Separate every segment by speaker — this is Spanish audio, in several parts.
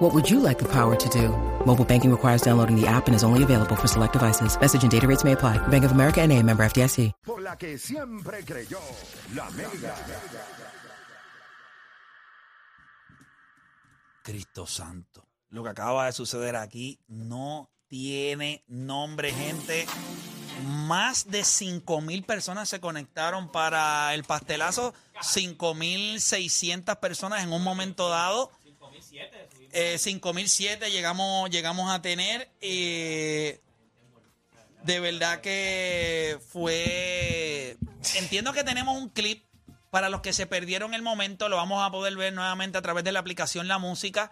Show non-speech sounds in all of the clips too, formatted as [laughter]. Speaker 1: What would you like the power to do? Mobile banking requires downloading the app and is only available for select devices. Message and data rates may apply. Bank of America and a member FDIC.
Speaker 2: por la que siempre creyó, la Mega.
Speaker 3: Cristo Santo. Lo que acaba de suceder aquí no tiene nombre, gente. Más de 5.000 personas se conectaron para el pastelazo. 5.600 personas en un momento dado. Eh, 5.007 llegamos, llegamos a tener. eh, de verdad que fue... Entiendo que tenemos un clip. Para los que se perdieron el momento, lo vamos a poder ver nuevamente a través de la aplicación La Música.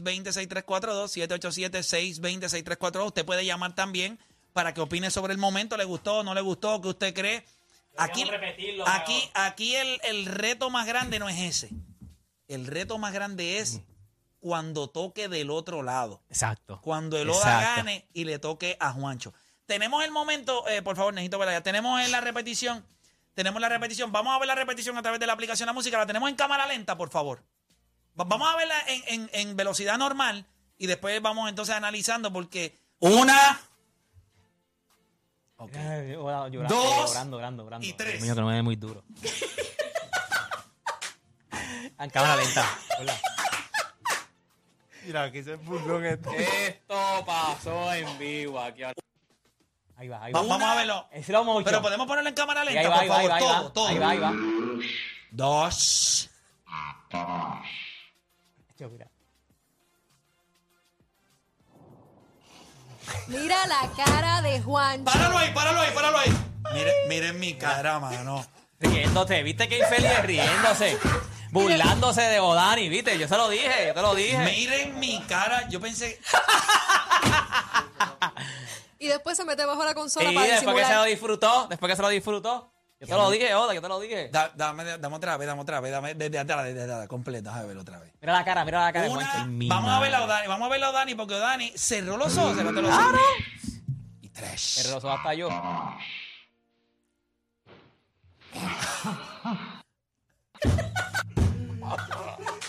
Speaker 3: 787-620-6342. 787-620-6342. Usted puede llamar también para que opine sobre el momento. ¿Le gustó o no le gustó? ¿Qué usted cree? Aquí, aquí, aquí el, el reto más grande no es ese. El reto más grande es cuando toque del otro lado.
Speaker 4: Exacto.
Speaker 3: Cuando el Oda
Speaker 4: Exacto.
Speaker 3: gane y le toque a Juancho. Tenemos el momento, eh, por favor, necesito verla ya. Tenemos en la repetición. Tenemos la repetición. Vamos a ver la repetición a través de la aplicación La Música. La tenemos en cámara lenta, por favor. Va- Vamos a verla en, en- en velocidad normal y después vamos entonces analizando porque una Ok.
Speaker 4: Ay, wow, llorando,
Speaker 3: Dos
Speaker 4: llorando, llorando, llorando.
Speaker 3: y tres.
Speaker 4: Dios mío, que no me dé muy [laughs] duro. en cámara lenta. Hola.
Speaker 5: Mira, aquí se pulgón este.
Speaker 6: Esto pasó en vivo aquí. ahora.
Speaker 4: Ahí va, ahí va.
Speaker 3: Va- vamos a verlo.
Speaker 4: En slow motion.
Speaker 3: Pero podemos ponerlo en cámara
Speaker 4: Y
Speaker 3: lenta,
Speaker 4: ahí va,
Speaker 3: por
Speaker 4: ahí va, ahí
Speaker 3: favor.
Speaker 4: va, ahí
Speaker 3: todo,
Speaker 4: va.
Speaker 3: todo.
Speaker 4: Ahí va, ahí va.
Speaker 3: Dos.
Speaker 4: Hecho, mira.
Speaker 7: Mira la cara de Juan.
Speaker 3: Páralo ahí, páralo ahí, páralo ahí. Miren, miren mi cara, mano.
Speaker 4: Riéndote, viste que infeliz
Speaker 3: [laughs]
Speaker 4: riéndose. Burlándose de Bodani, viste. Yo se lo dije, yo te lo dije.
Speaker 3: Miren mi cara. Yo pensé.
Speaker 7: Y después se mete bajo la consola
Speaker 4: y
Speaker 7: para
Speaker 4: después que se lo
Speaker 7: disimular.
Speaker 4: disfrutó, después que se lo disfrutó. Yo te lo dije, Oda, yo te lo dije.
Speaker 3: Da- dame, dame otra vez, dame otra vez, dame desde atrás, desde atrás, completa, déjame verlo otra vez.
Speaker 4: Mira la cara, mira la cara. de
Speaker 3: Una,
Speaker 4: Juancho. Ay, mi
Speaker 3: vamos a
Speaker 4: madre.
Speaker 3: ver a Odani, vamos a ver a Odani, porque Odani cerró los ojos, cerró los ojos. Y tres.
Speaker 4: Pero los ojos hasta yo.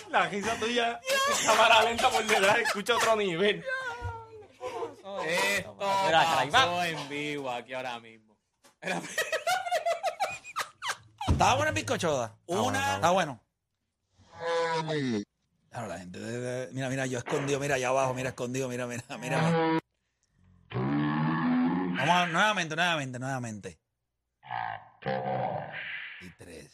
Speaker 5: La risa tuya en cámara lenta por detrás, escucha otro nivel.
Speaker 6: Esto
Speaker 4: Mira la cara, ahí va.
Speaker 6: pasó en vivo aquí ahora mismo.
Speaker 3: ¿Estaba bueno el bizcocho, Oda? Una. Está bueno. Claro, la gente. de- de- Mira, mira, yo escondido, mira allá abajo, mira escondido, mira, mira, mira. mira. Vamos a- nuevamente, nuevamente, nuevamente. Y tres.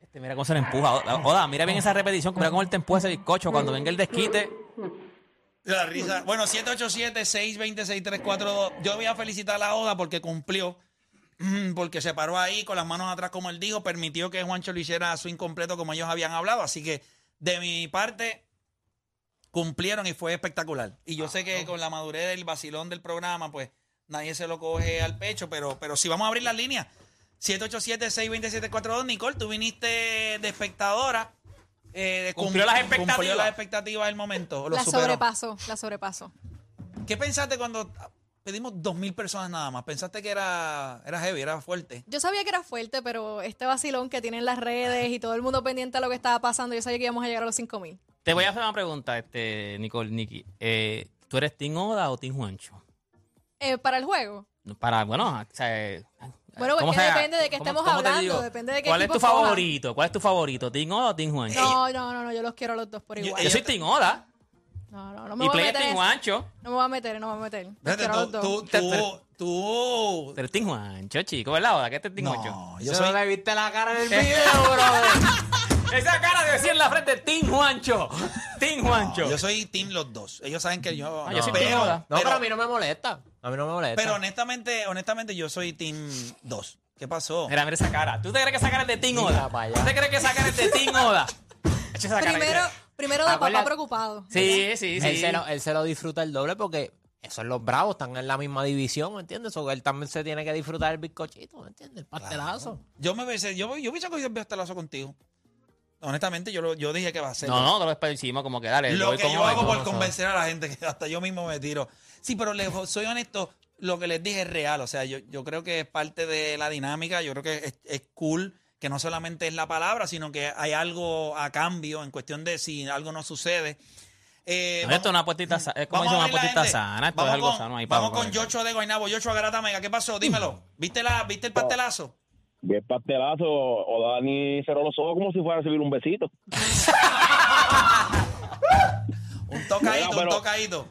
Speaker 4: Este, mira cómo se le empuja. Oda, Oda, mira bien esa repetición. Mira cómo él te empuja ese bizcocho cuando venga el desquite.
Speaker 3: La risa. Bueno, 787-626-342. Yo voy a felicitar a la Oda porque cumplió. Mm, Porque se paró ahí con las manos atrás, como él dijo, permitió que Juancho lo hiciera a su incompleto como ellos habían hablado. Así que, de mi parte, cumplieron y fue espectacular. Y yo sé que con la madurez del vacilón del programa, pues nadie se lo coge al pecho, pero, pero si vamos a abrir las líneas. 787-627-42. Nicole, tú viniste de espectadora. eh,
Speaker 4: Cumplió las
Speaker 3: Cumplió
Speaker 4: expectativas.
Speaker 3: las expectativas del momento. o lo
Speaker 7: La
Speaker 3: superó.
Speaker 7: sobrepasó, la sobrepasó.
Speaker 3: ¿Qué pensaste cuando pedimos 2.000 personas nada más? ¿Pensaste que era, era heavy, era fuerte?
Speaker 7: Yo sabía que era fuerte, pero este vacilón que tienen las redes y todo el mundo pendiente a lo que estaba pasando, yo sabía que íbamos a llegar a los 5000.
Speaker 4: Te voy a hacer una pregunta, este, Nicole, Nicky. Eh, ¿Tú eres Team Oda o Team Juancho?
Speaker 7: Eh, para el juego,
Speaker 4: Para, bueno, o sea, eh,
Speaker 7: Bueno, es
Speaker 4: ¿cómo
Speaker 7: que
Speaker 4: se-
Speaker 7: depende de qué
Speaker 4: cómo-
Speaker 7: estemos
Speaker 4: cómo te
Speaker 7: hablando,
Speaker 4: digo?
Speaker 7: depende de qué
Speaker 4: ¿Cuál es
Speaker 7: equipo
Speaker 4: tu
Speaker 7: cojan.
Speaker 4: favorito? ¿Cuál es tu favorito? ¿Team Oda o Team Juancho?
Speaker 7: no, no, no, no, yo los quiero a los dos por
Speaker 3: Yo-
Speaker 7: igual.
Speaker 4: Yo soy Team Oda
Speaker 7: No, no, no me
Speaker 4: y
Speaker 7: voy a
Speaker 4: Play es
Speaker 7: meter. en
Speaker 4: Team
Speaker 7: eso.
Speaker 4: Juancho.
Speaker 7: No me voy a meter, no me voy a meter. Los
Speaker 3: Espérate,
Speaker 7: quiero a los dos.
Speaker 3: tú, tú, tú, tú-
Speaker 4: Pero es Team Juancho, chico, ¿verdad, Oda? ¿Qué es Team Juancho?
Speaker 3: No, Pues yo
Speaker 6: Solo
Speaker 3: soy...
Speaker 6: le viste la cara del
Speaker 4: Esa cara de decir en la frente, Team Juancho. Team Juancho.
Speaker 3: Yo soy team los dos. Ellos saben que yo...
Speaker 4: Ah, yo soy
Speaker 3: pero,
Speaker 4: team Oda.
Speaker 6: No, pero,
Speaker 3: pero-
Speaker 6: a mí no me molesta. A mí no me molesta.
Speaker 3: pero honestamente, honestamente, yo soy team dos. ¿Qué pasó?
Speaker 4: Mira, mira esa cara. ¿Tú te crees que esa cara es de Team Oda?
Speaker 6: Mira pa' allá.
Speaker 4: ¿Tú te crees que esa cara es de Team Oda? Echa esa cara que
Speaker 7: Primero,
Speaker 4: tiene.
Speaker 7: primero de papá
Speaker 6: Acuérdate-
Speaker 7: preocupado.
Speaker 4: Sí, sí,
Speaker 6: él,
Speaker 4: sí.
Speaker 6: se lo, él se lo disfruta el doble porque Eso es los bravos, están en la misma división, ¿me entiendes? O él también se tiene que disfrutar el bizcochito, ¿me entiendes? El pastelazo.
Speaker 3: Yo me besé, yo, yo hubiese cogido el pastelazo contigo. Honestamente, yo, lo- yo dije que va a ser.
Speaker 4: No, no, te lo despedimos como que dale.
Speaker 3: lo
Speaker 4: voy
Speaker 3: que
Speaker 4: con
Speaker 3: yo
Speaker 4: Oda.
Speaker 3: hago
Speaker 6: no,
Speaker 3: por
Speaker 6: no, no.
Speaker 3: convencer a la gente, que hasta yo mismo me tiro. Sí, pero les, soy honesto, lo que les dije es real. O sea, yo, yo creo que es parte de la dinámica. Yo creo que es, es cool que no solamente es la palabra, sino que hay algo a cambio en cuestión de si algo no sucede. Eh,
Speaker 4: No, esto es
Speaker 3: vamos-
Speaker 4: una puestita sana. Es como
Speaker 3: vamos
Speaker 4: dicen,
Speaker 3: a
Speaker 4: una
Speaker 3: abrir la
Speaker 4: puestita
Speaker 3: gente.
Speaker 4: sana. Esto es
Speaker 3: Vamos
Speaker 4: algo
Speaker 3: con-
Speaker 4: sano ahí para-
Speaker 3: Vamos con Yocho de Guaynabo. Yocho Garata Mega, ¿qué pasó? Dímelo. ¿Viste, la,
Speaker 8: Oh.
Speaker 3: ¿Viste el pastelazo?
Speaker 8: Vi el este pastelazo, o Dani cerró los ojos como si fuera a recibir un besito.
Speaker 3: Un tocadito,
Speaker 8: Mira, pero-
Speaker 3: un tocadito.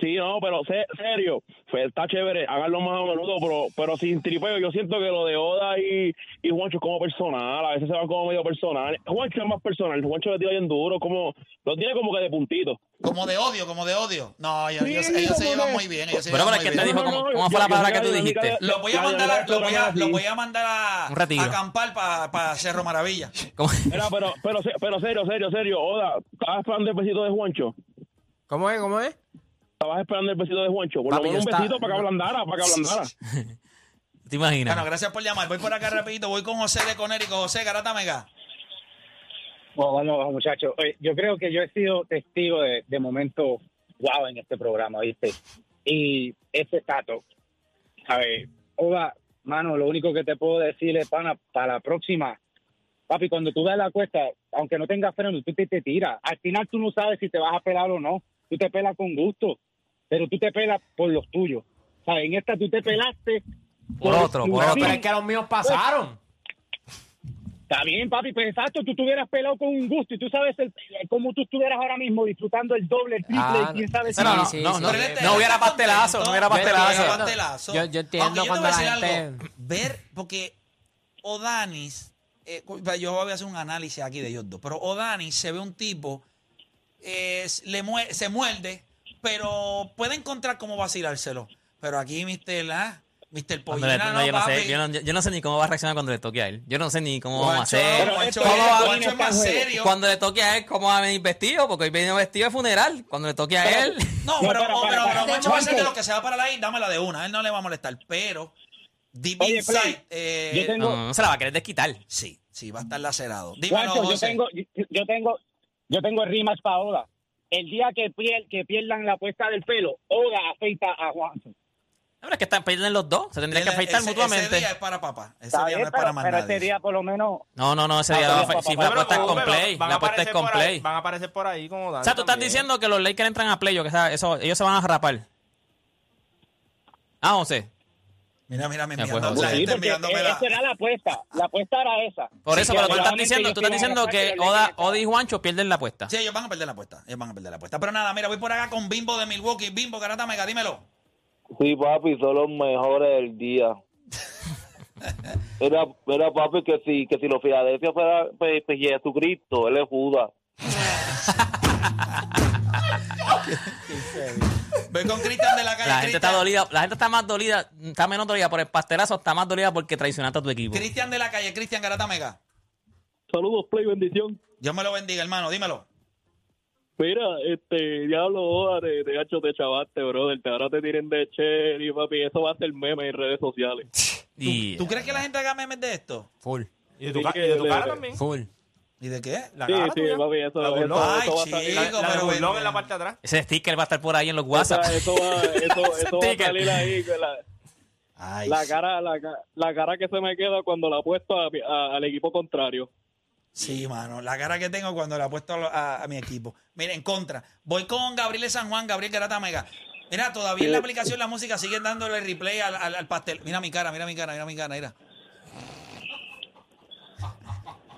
Speaker 8: Sí, no, pero se- serio, fue, está chévere, háganlo más a menudo, pero, pero sin tripeo. Yo siento que lo de Oda y, y Juancho es como personal, a veces se van como medio personal. Juancho es más personal, Juancho le tira bien duro, como, lo tiene como que de puntito.
Speaker 3: Como de odio, como de odio. No, ellos,
Speaker 8: Sí,
Speaker 3: ellos- ellos se
Speaker 8: como
Speaker 3: llevan
Speaker 8: de-
Speaker 3: muy bien. Ellos se
Speaker 4: Pero,
Speaker 3: llevan
Speaker 4: pero es
Speaker 3: muy
Speaker 4: que te
Speaker 3: bien.
Speaker 4: dijo,
Speaker 8: No, no,
Speaker 4: ¿cómo,
Speaker 8: no,
Speaker 4: cómo
Speaker 8: yo-
Speaker 4: fue la
Speaker 8: yo-
Speaker 4: palabra
Speaker 8: yo
Speaker 4: que tú
Speaker 8: la dinámica
Speaker 4: dijiste?
Speaker 8: de-
Speaker 3: Lo voy a
Speaker 8: Ya,
Speaker 3: mandar
Speaker 8: ya,
Speaker 3: a,
Speaker 8: ya,
Speaker 3: lo voy a,
Speaker 8: ya,
Speaker 3: lo
Speaker 8: sí.
Speaker 3: voy a mandar a,
Speaker 4: Un retiro.
Speaker 3: a acampar para Cerro Maravilla.
Speaker 4: ¿Cómo? [laughs]
Speaker 8: Era, pero, pero, se- pero serio, serio, serio, Oda, ¿estabas esperando el besito de Juancho?
Speaker 6: ¿Cómo es? ¿Cómo es?
Speaker 8: ¿Estabas esperando el besito de Juancho? Por
Speaker 6: Papi,
Speaker 8: lo
Speaker 6: yo
Speaker 8: menos un
Speaker 6: está-
Speaker 8: besito para que ablandara, para que ablandara.
Speaker 4: ¿Te imaginas?
Speaker 3: Bueno, gracias por llamar. Voy por acá rapidito. Voy con José de Conérico. José, Garata Mega.
Speaker 9: Bueno, vamos, muchachos. Oye, Yo creo que yo he sido testigo de, de momentos wow en este programa, ¿viste? Y ese tato, ¿sabes? Oda, mano, lo único que te puedo decir es, pana, para la próxima, papi, cuando tú veas la cuesta, aunque no tengas freno, tú te, te tiras. Al final tú no sabes si te vas a pelar o no. Tú te pelas con gusto, pero tú te pelas por los tuyos. ¿Sabes? En esta tú te pelaste.
Speaker 4: Por otro, por
Speaker 6: Pero,
Speaker 4: otro.
Speaker 6: pero es que los míos pasaron.
Speaker 9: Está bien, papi, pues exacto, tú estuvieras pelado con un gusto y tú sabes el, cómo tú estuvieras ahora mismo disfrutando el doble, el triple,
Speaker 6: Ah,
Speaker 9: y quién sabe
Speaker 6: no, no, no, no,
Speaker 3: Pero él está-
Speaker 6: no hubiera
Speaker 3: está
Speaker 6: pastelazo,
Speaker 3: contento.
Speaker 6: no hubiera
Speaker 3: Yo entiendo,
Speaker 6: pastelazo.
Speaker 3: pastelazo.
Speaker 6: Yo- yo entiendo
Speaker 3: Aunque
Speaker 6: cuando
Speaker 3: te voy a
Speaker 6: la
Speaker 3: decir algo.
Speaker 6: gente-
Speaker 3: Ver, porque Odanis, eh, cu- yo voy a hacer un análisis aquí de ellos dos, pero Odanis se ve un tipo, eh, s- le mue- se muerde, pero puede encontrar cómo vacilárselo. Pero aquí, Mr. Ah, Mr.
Speaker 4: Cuando le-
Speaker 3: Pollina,
Speaker 4: no,
Speaker 3: no,
Speaker 4: yo, no sé,
Speaker 3: papi.
Speaker 4: yo, no, yo no sé ni cómo va a reaccionar cuando le toque a él. Yo no sé ni cómo vamos a
Speaker 3: Guacho,
Speaker 4: hacer.
Speaker 3: guacho,
Speaker 4: ¿Cómo va-
Speaker 3: guacho es más serio.
Speaker 4: Cuando le toque a él, ¿cómo va a venir vestido? Porque hoy viene vestido de funeral. Cuando le toque a él.
Speaker 3: No,
Speaker 9: No,
Speaker 3: pero,
Speaker 9: para,
Speaker 3: oh,
Speaker 9: para,
Speaker 3: pero,
Speaker 9: para.
Speaker 3: pero Juancho va a ser de
Speaker 9: Juancho.
Speaker 3: los que se va para la I, dámela de una. A él no le va a molestar, pero Deep
Speaker 9: Oye,
Speaker 3: Inside,
Speaker 9: Play,
Speaker 3: eh,
Speaker 9: yo tengo-
Speaker 4: No, no, no se la va a querer desquitar.
Speaker 3: sí, sí, va a estar lacerado. Dímelo,
Speaker 9: Guacho, yo
Speaker 3: José.
Speaker 9: tengo, yo, yo tengo, yo tengo rimas para Oda. El día que, pier- que pierdan la puesta del pelo, Oda afeita a Juancho.
Speaker 4: No, pero es que están perdiendo los dos. Se tendrían que
Speaker 3: Ese-
Speaker 4: afeitar
Speaker 3: ese-
Speaker 4: mutuamente.
Speaker 3: Ese día es para papá. Ese
Speaker 9: Está
Speaker 3: día
Speaker 9: bien,
Speaker 3: no es
Speaker 9: pero,
Speaker 3: para más
Speaker 9: pero
Speaker 3: nadie.
Speaker 9: este día por lo menos...
Speaker 4: no, no, no, ese día
Speaker 9: Ah,
Speaker 4: va a
Speaker 9: papá,
Speaker 4: afe- sí,
Speaker 9: papá,
Speaker 4: la
Speaker 9: pero
Speaker 4: apuesta es
Speaker 9: como-
Speaker 4: con play.
Speaker 5: van a
Speaker 4: La apuesta es
Speaker 5: aparecer
Speaker 4: con
Speaker 5: por ahí,
Speaker 4: play.
Speaker 5: Van a aparecer por ahí como
Speaker 4: O sea, tú estás diciendo que los Lakers entran a playoff, que esa- eso, ellos se van a rapar. Ah, José.
Speaker 3: Mira, mira, me
Speaker 4: Ya, pues,
Speaker 3: enviando,
Speaker 4: José.
Speaker 3: la
Speaker 4: Sí,
Speaker 9: Sí,
Speaker 3: gente
Speaker 9: porque e,
Speaker 3: enviándome la...
Speaker 9: esa era la apuesta. La apuesta era esa.
Speaker 4: Por eso,
Speaker 9: Sí,
Speaker 4: pero tú estás
Speaker 9: obviamente
Speaker 4: diciendo,
Speaker 9: yo
Speaker 4: tú estás
Speaker 9: estoy
Speaker 4: diciendo que
Speaker 9: abrazando a los
Speaker 4: Oda,
Speaker 9: Lakers.
Speaker 4: Oda y Juancho pierden la apuesta.
Speaker 3: Sí, ellos van a perder la apuesta. Ellos van a perder la apuesta. Pero nada, mira, voy por acá con Bimbo de Milwaukee. Bimbo, Garata Mega, dímelo.
Speaker 8: Sí, papi, son los mejores del día. Era, era papi que si, que si los Filadelfia fuera pues, pues, Jesucristo, él es Judas.
Speaker 3: Voy con Cristian de la calle.
Speaker 4: La gente está
Speaker 3: Cristian-
Speaker 4: dolida, la gente está más dolida, está menos dolida por el pastelazo, está más dolida porque traicionaste a tu equipo.
Speaker 3: Cristian de la calle, Cristian Garata Mega.
Speaker 8: Saludos, Play, bendición.
Speaker 3: Dios me lo bendiga, hermano, dímelo.
Speaker 8: Mira, este, diablo, Oda, de, de hacho te chavaste, brother. Te ahora te tiren de che, y papi, eso va a ser meme en redes sociales.
Speaker 4: Y-
Speaker 3: ¿Tú crees que la gente haga memes de esto?
Speaker 6: Full,
Speaker 5: Y de tu, ca- y de tu cara también.
Speaker 6: full.
Speaker 3: ¿Y de qué?
Speaker 5: La
Speaker 8: Sí,
Speaker 5: cara
Speaker 8: sí,
Speaker 5: tuya.
Speaker 8: papi, eso,
Speaker 5: La
Speaker 8: eso,
Speaker 5: burlón.
Speaker 8: eso
Speaker 3: Ay,
Speaker 8: va a salir.
Speaker 5: La,
Speaker 3: Digo,
Speaker 5: la de
Speaker 3: pero
Speaker 5: burlón
Speaker 3: bueno.
Speaker 5: en la parte de atrás.
Speaker 4: Ese sticker va a estar por ahí en los
Speaker 8: Eso,
Speaker 4: WhatsApp.
Speaker 8: eso va, eso, eso va a
Speaker 4: Sticker.
Speaker 8: salir ahí. con La,
Speaker 3: Ay,
Speaker 8: la cara, la, ca- la cara que se me queda cuando la apuesto a- a- al equipo contrario.
Speaker 3: Sí, mano, la cara que tengo cuando la apuesto a, lo- a- a mi equipo. Mira, en contra. Voy con Gabriel de San Juan, Gabriel Garata Mega. Mira, todavía
Speaker 8: Eh.
Speaker 3: en la aplicación la música siguen dándole replay al, al- al pastel. Mira mi cara, mira mi cara, mira mi cara, mira.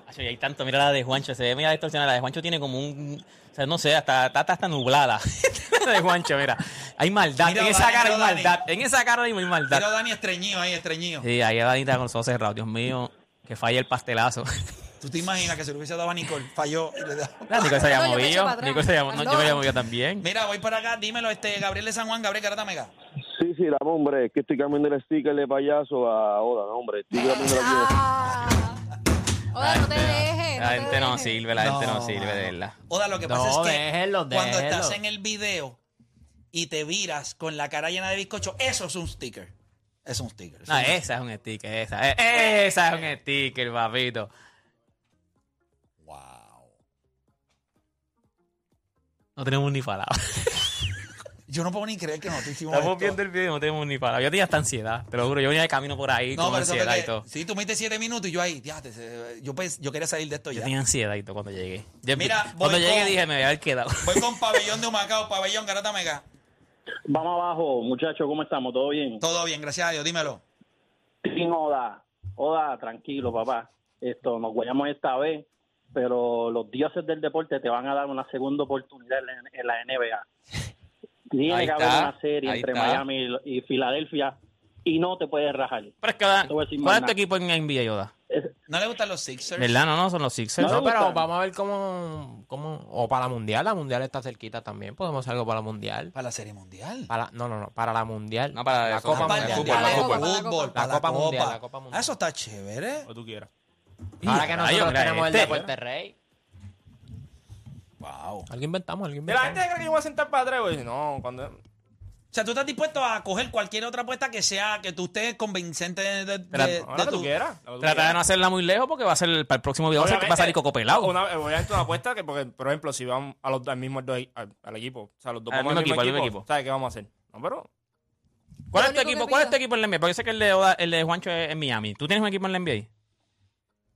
Speaker 4: Acho, y hay tanto, mira la de Juancho, se ve mira distorsionada. La de Juancho tiene como un. O sea, no sé, hasta está hasta, hasta nublada. [laughs] la de Juancho, mira. Hay maldad.
Speaker 3: Mira,
Speaker 4: en esa
Speaker 3: Dani,
Speaker 4: cara
Speaker 3: mira,
Speaker 4: hay
Speaker 3: Dani.
Speaker 4: maldad. En esa cara mismo hay maldad.
Speaker 3: Mira a Dani estreñido ahí,
Speaker 5: Eh.
Speaker 3: estreñido.
Speaker 4: Sí, ahí Danita con los ojos cerrados. Dios mío, que falla el pastelazo. [laughs]
Speaker 3: ¿Tú te imaginas que se lo hubiese dado a Nicole? Falló. y le da-
Speaker 4: La Nicole se había
Speaker 7: No, yo me eché para
Speaker 4: movido.
Speaker 7: atrás.
Speaker 4: Nicole se había- no, yo me había movido también.
Speaker 3: Mira, voy para acá, dímelo, este Gabriel de San Juan, Gabriel Garata Mega.
Speaker 8: Sí, sí, dame, hombre, es que estoy cambiando el sticker de payaso a Oda, no, hombre, estoy cambiando la
Speaker 7: Ah. Oda, no te dejes.
Speaker 4: La
Speaker 7: te
Speaker 4: gente no
Speaker 7: dejes.
Speaker 4: sirve, la gente no sirve,
Speaker 3: mano.
Speaker 4: de verdad.
Speaker 3: Oda, lo que
Speaker 6: No,
Speaker 3: pasa es que
Speaker 6: déjenlo,
Speaker 3: cuando
Speaker 6: déjenlo.
Speaker 3: estás en el video, y te viras con la cara llena de bizcocho, eso es un sticker. Es un sticker.
Speaker 4: No, esa es un sticker, esa. eh, Esa es un sticker, papito.
Speaker 3: Wow.
Speaker 4: No tenemos ni palabra.
Speaker 3: Yo no puedo ni creer que nosotros hicimos
Speaker 4: Estamos
Speaker 3: esto.
Speaker 4: viendo el video y no tenemos ni palabra. Yo tenía hasta ansiedad, te lo juro. Yo venía de camino por ahí
Speaker 3: No,
Speaker 4: con
Speaker 3: pero eso
Speaker 4: ansiedad
Speaker 3: fue
Speaker 4: y todo.
Speaker 3: que, sí, tú me diste siete minutos y yo ahí, diate, se- yo, pens- yo quería salir de esto
Speaker 4: Yo
Speaker 3: ya.
Speaker 4: tenía ansiedad y todo cuando llegué. Yo-
Speaker 3: Mira, voy
Speaker 4: cuando llegué
Speaker 3: con-
Speaker 4: dije, me voy a haber quedado. [laughs]
Speaker 3: Voy con pabellón de Humacao, pabellón Garata Mega.
Speaker 8: Vamos abajo, muchachos, ¿cómo estamos? ¿Todo bien?
Speaker 3: Todo bien, gracias a Dios, dímelo.
Speaker 8: Sin Oda. Oda, tranquilo, papá. Esto, nos guayamos esta vez, pero los dioses del deporte te van a dar una segunda oportunidad en, la- en la NBA. Tiene
Speaker 4: Ahí
Speaker 8: que
Speaker 4: está,
Speaker 8: haber una serie
Speaker 4: ahí
Speaker 8: entre
Speaker 4: está.
Speaker 8: Miami y- y Filadelfia y no te puedes rajar.
Speaker 4: Pero es que, ¿verdad?
Speaker 8: Te voy a decir
Speaker 4: ¿cuál
Speaker 8: más
Speaker 4: es tu
Speaker 8: nada.
Speaker 4: equipo en NBA, Yoda?
Speaker 3: ¿No le gustan los Sixers?
Speaker 4: ¿Verdad? No, no, son los Sixers.
Speaker 8: No,
Speaker 4: No,
Speaker 6: No, pero
Speaker 8: gustan.
Speaker 6: vamos a ver cómo, cómo. O para la mundial. La mundial está cerquita también. Podemos hacer algo para la mundial.
Speaker 3: Para la Serie Mundial.
Speaker 6: Para, no, no, no. Para la mundial.
Speaker 4: No, para
Speaker 6: la
Speaker 4: eso,
Speaker 6: Copa
Speaker 4: no, para
Speaker 3: el
Speaker 4: el
Speaker 6: Mundial.
Speaker 3: fútbol, para el
Speaker 7: Copa,
Speaker 3: fútbol,
Speaker 7: la Copa.
Speaker 3: para
Speaker 6: La Copa Mundial, la Copa Mundial.
Speaker 3: Ah, Eso está chévere.
Speaker 5: O tú quieras.
Speaker 6: Ahora que
Speaker 4: Rayo,
Speaker 6: nosotros
Speaker 4: mira
Speaker 6: tenemos
Speaker 4: este.
Speaker 6: el Deporte Rey.
Speaker 3: Wow.
Speaker 6: Algo inventamos, algo
Speaker 5: De
Speaker 6: inventamos.
Speaker 5: la gente que cree que yo voy a sentar para atrás, güey. No, cuando.
Speaker 3: O sea, tú estás dispuesto a coger cualquier otra apuesta que sea que tú estés convincente de, de-
Speaker 4: Pero,
Speaker 3: de-
Speaker 5: Ahora
Speaker 3: de
Speaker 5: tú
Speaker 3: tu-
Speaker 5: quieras. la que tú
Speaker 4: Trata de
Speaker 5: quieras.
Speaker 4: no hacerla muy lejos porque va a ser para el próximo video va a ser- va a salir Coco Pelado.
Speaker 5: Una, eh, obviamente una apuesta que, porque, por ejemplo, si vamos a los, al mismo dos- al, al equipo, o sea, los dos
Speaker 4: Al
Speaker 5: vamos
Speaker 4: mismo equipo, al mismo equipo.
Speaker 5: ¿sabes qué vamos a hacer? No, pero
Speaker 4: ¿Cuál
Speaker 7: Lo
Speaker 4: es tu
Speaker 7: único que
Speaker 4: equipo? ¿Cuál es tu
Speaker 7: pido.
Speaker 4: equipo en la NBA? Porque yo sé que el de, Oda- el de Juancho es en Miami. ¿Tú tienes un equipo en la NBA?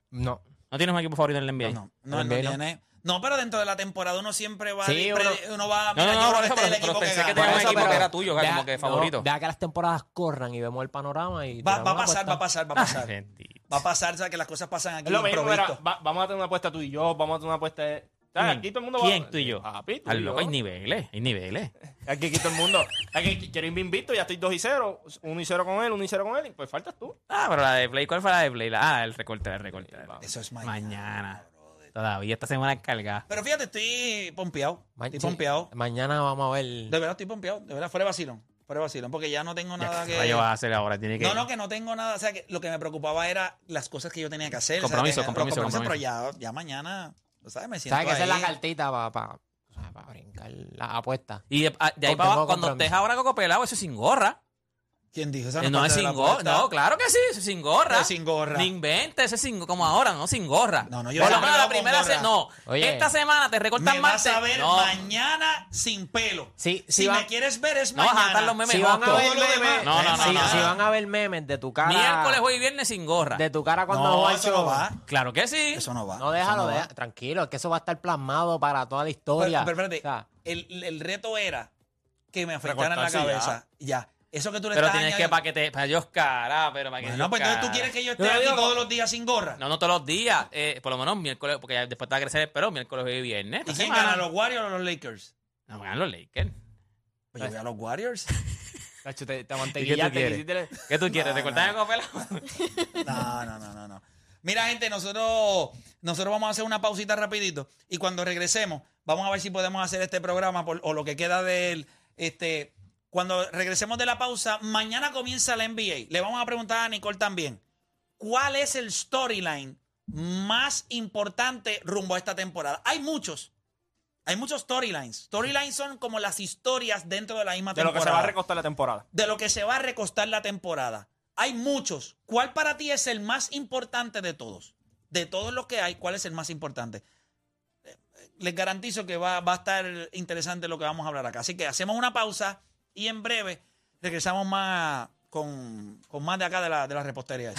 Speaker 6: No.
Speaker 4: ¿No tienes un equipo favorito en la NBA?
Speaker 3: No, no, no,
Speaker 6: NBA, ¿no?
Speaker 3: tiene- no, pero dentro de la temporada uno siempre va.
Speaker 6: Sí,
Speaker 3: pre- uno,
Speaker 6: uno-
Speaker 3: va.
Speaker 4: No,
Speaker 3: mira,
Speaker 4: no,
Speaker 3: yo
Speaker 4: no,
Speaker 3: creo este
Speaker 4: por eso,
Speaker 3: es el
Speaker 4: pero-
Speaker 3: equipo
Speaker 4: pero pensé
Speaker 3: que
Speaker 4: que
Speaker 3: gana.
Speaker 4: tenías
Speaker 3: Por
Speaker 4: un
Speaker 3: eso,
Speaker 4: equipo
Speaker 3: pero
Speaker 4: que era tuyo, como que favorito.
Speaker 6: Deja que las temporadas corran y vemos el panorama y.
Speaker 3: Va,
Speaker 6: tiramos
Speaker 3: va a
Speaker 6: una
Speaker 3: pasar, va a
Speaker 6: apuesta.
Speaker 3: pasar, va a
Speaker 4: [laughs]
Speaker 3: pasar.
Speaker 4: Bendito.
Speaker 3: Va a pasar, o sea, que las cosas pasan aquí.
Speaker 5: es lo mismo,
Speaker 3: improvisto.
Speaker 5: era, va- vamos a tener una apuesta tú y yo, vamos a tener una apuesta de... ¿sabes? Aquí todo el mundo va
Speaker 4: Mm. ¿Quién? ¿Tú y yo?
Speaker 5: Papi, tú
Speaker 4: Al
Speaker 5: y yo.
Speaker 4: loco, hay niveles, hay niveles.
Speaker 5: Aquí, aquí todo el mundo. Aquí quiero irme invicto, ya estoy 2 y 0. 1 y 0 con él, 1 y 0 con él. y Pues faltas tú.
Speaker 4: Ah, pero la de Play, ¿cuál fue la de Play? La- ah, el recorte, el recorte.
Speaker 3: Eso es mañana.
Speaker 4: Mañana. Todavía esta semana es cargada.
Speaker 3: Pero fíjate, estoy pompeado.
Speaker 6: Ma-
Speaker 3: Estoy
Speaker 6: sí,
Speaker 3: pompeado.
Speaker 6: Mañana vamos a ver.
Speaker 3: De verdad estoy pompeado. De verdad, fuera de vacilón. Fuera de vacilón. Porque ya no tengo nada
Speaker 4: Ya, ¿Qué
Speaker 3: que.
Speaker 4: rayo vas a hacer ahora? Tiene que...
Speaker 3: No, no, que no tengo nada. O sea, que lo que me preocupaba era las cosas que yo tenía que hacer. o sea,
Speaker 4: Compromiso,
Speaker 3: tenía- los
Speaker 4: compromiso,
Speaker 3: compromisos,
Speaker 4: compromiso.
Speaker 3: Pero ya, ya mañana, tú ¿sabes? Me siento
Speaker 6: ¿Sabes que esa es la
Speaker 3: ahí.
Speaker 6: cartita para brincar la apuesta?
Speaker 4: Y de, ah, de ahí para
Speaker 6: Con- tengo
Speaker 4: abajo, cuando
Speaker 6: compromiso.
Speaker 4: estés ahora Coco Pelado, eso es sin gorra.
Speaker 3: ¿Quién dijo? Esa
Speaker 4: Eh,
Speaker 3: no
Speaker 4: No, es
Speaker 3: parte de la
Speaker 4: sin gorra.
Speaker 3: apuesta.
Speaker 4: No, claro que sí, eso es sin gorra.
Speaker 3: No es sin gorra.
Speaker 4: Ni inventes, eso es sin como ahora, no sin gorra.
Speaker 3: No, no, yo
Speaker 4: Por
Speaker 3: siempre
Speaker 4: lo menos
Speaker 3: hago
Speaker 4: la
Speaker 3: con
Speaker 4: primera
Speaker 3: gorra.
Speaker 4: se- No,
Speaker 6: Oye.
Speaker 4: esta semana te recortan
Speaker 3: Me
Speaker 4: más.
Speaker 3: vas a ver
Speaker 4: no,
Speaker 3: mañana sin pelo.
Speaker 6: Sí, sí
Speaker 3: si
Speaker 6: va-
Speaker 3: me quieres ver es
Speaker 4: No, vas a
Speaker 3: mañana.
Speaker 4: estar los memes
Speaker 6: Si van a
Speaker 4: Todo
Speaker 6: ver
Speaker 3: lo demás.
Speaker 6: memes,
Speaker 4: No, no, no,
Speaker 6: si,
Speaker 4: no, no.
Speaker 6: si van a ver memes de tu cara,
Speaker 4: miércoles, jueves y viernes sin gorra.
Speaker 6: de tu cara cuando
Speaker 3: no,
Speaker 6: Juancho-
Speaker 3: eso no va.
Speaker 4: Claro que sí.
Speaker 3: Eso no va.
Speaker 6: No,
Speaker 3: eso
Speaker 6: déjalo,
Speaker 3: va.
Speaker 6: deja- tranquilo, es que eso va a estar plasmado para toda la
Speaker 3: Pero,
Speaker 6: historia.
Speaker 3: pero espérate,
Speaker 6: O sea,
Speaker 3: el, el reto era que me afectaran la
Speaker 5: Recortarse
Speaker 3: cabeza. Ya. Eso que tú le
Speaker 4: Pero
Speaker 3: estás
Speaker 4: tienes que
Speaker 3: añadiendo-
Speaker 4: para que te. Para Dios, cara, pero para que.
Speaker 3: Bueno,
Speaker 4: Dios,
Speaker 3: pues entonces tú
Speaker 4: cara.
Speaker 3: quieres que yo
Speaker 6: Yo
Speaker 3: esté
Speaker 6: lo
Speaker 3: aquí
Speaker 6: digo-
Speaker 3: todos los días sin gorra.
Speaker 4: No, no todos los días. eh, por lo menos miércoles, porque ya después te va a crecer el pelo, miércoles, jueves y viernes.
Speaker 3: ¿Y
Speaker 4: Esta
Speaker 3: quién
Speaker 4: semana.
Speaker 3: gana, los Warriors o los Lakers?
Speaker 4: No, ganan los Lakers.
Speaker 3: Pues yo voy a los Warriors.
Speaker 5: Cacho, te, te
Speaker 4: ¿Y qué tú
Speaker 5: mantequillaste.
Speaker 4: quieres? ¿Qué tú quieres?
Speaker 3: No,
Speaker 4: ¿Te cortan
Speaker 3: no.
Speaker 4: el pelo?
Speaker 3: [laughs] No, no, no, no, no. Mira, gente, nosotros, nosotros vamos a hacer una pausita rapidito y cuando regresemos, vamos a ver si podemos hacer este programa por- o lo que queda de él. Este, cuando regresemos de la pausa, mañana comienza la NBA. Le vamos a preguntar a Nicole también, ¿cuál es el storyline más importante rumbo a esta temporada? Hay muchos. Hay muchos storylines. Storylines son como las historias dentro de la misma
Speaker 5: De lo
Speaker 3: temporada
Speaker 5: que se va a recostar la temporada.
Speaker 3: de lo que se va a recostar la temporada. Hay muchos. ¿Cuál para ti es el más importante de todos? De todos los que hay, ¿cuál es el más importante? Eh, eh, Les garantizo que va, va a estar interesante lo que vamos a hablar acá. Así que hacemos una pausa y en breve regresamos más con, con más de acá de la, de la repostería.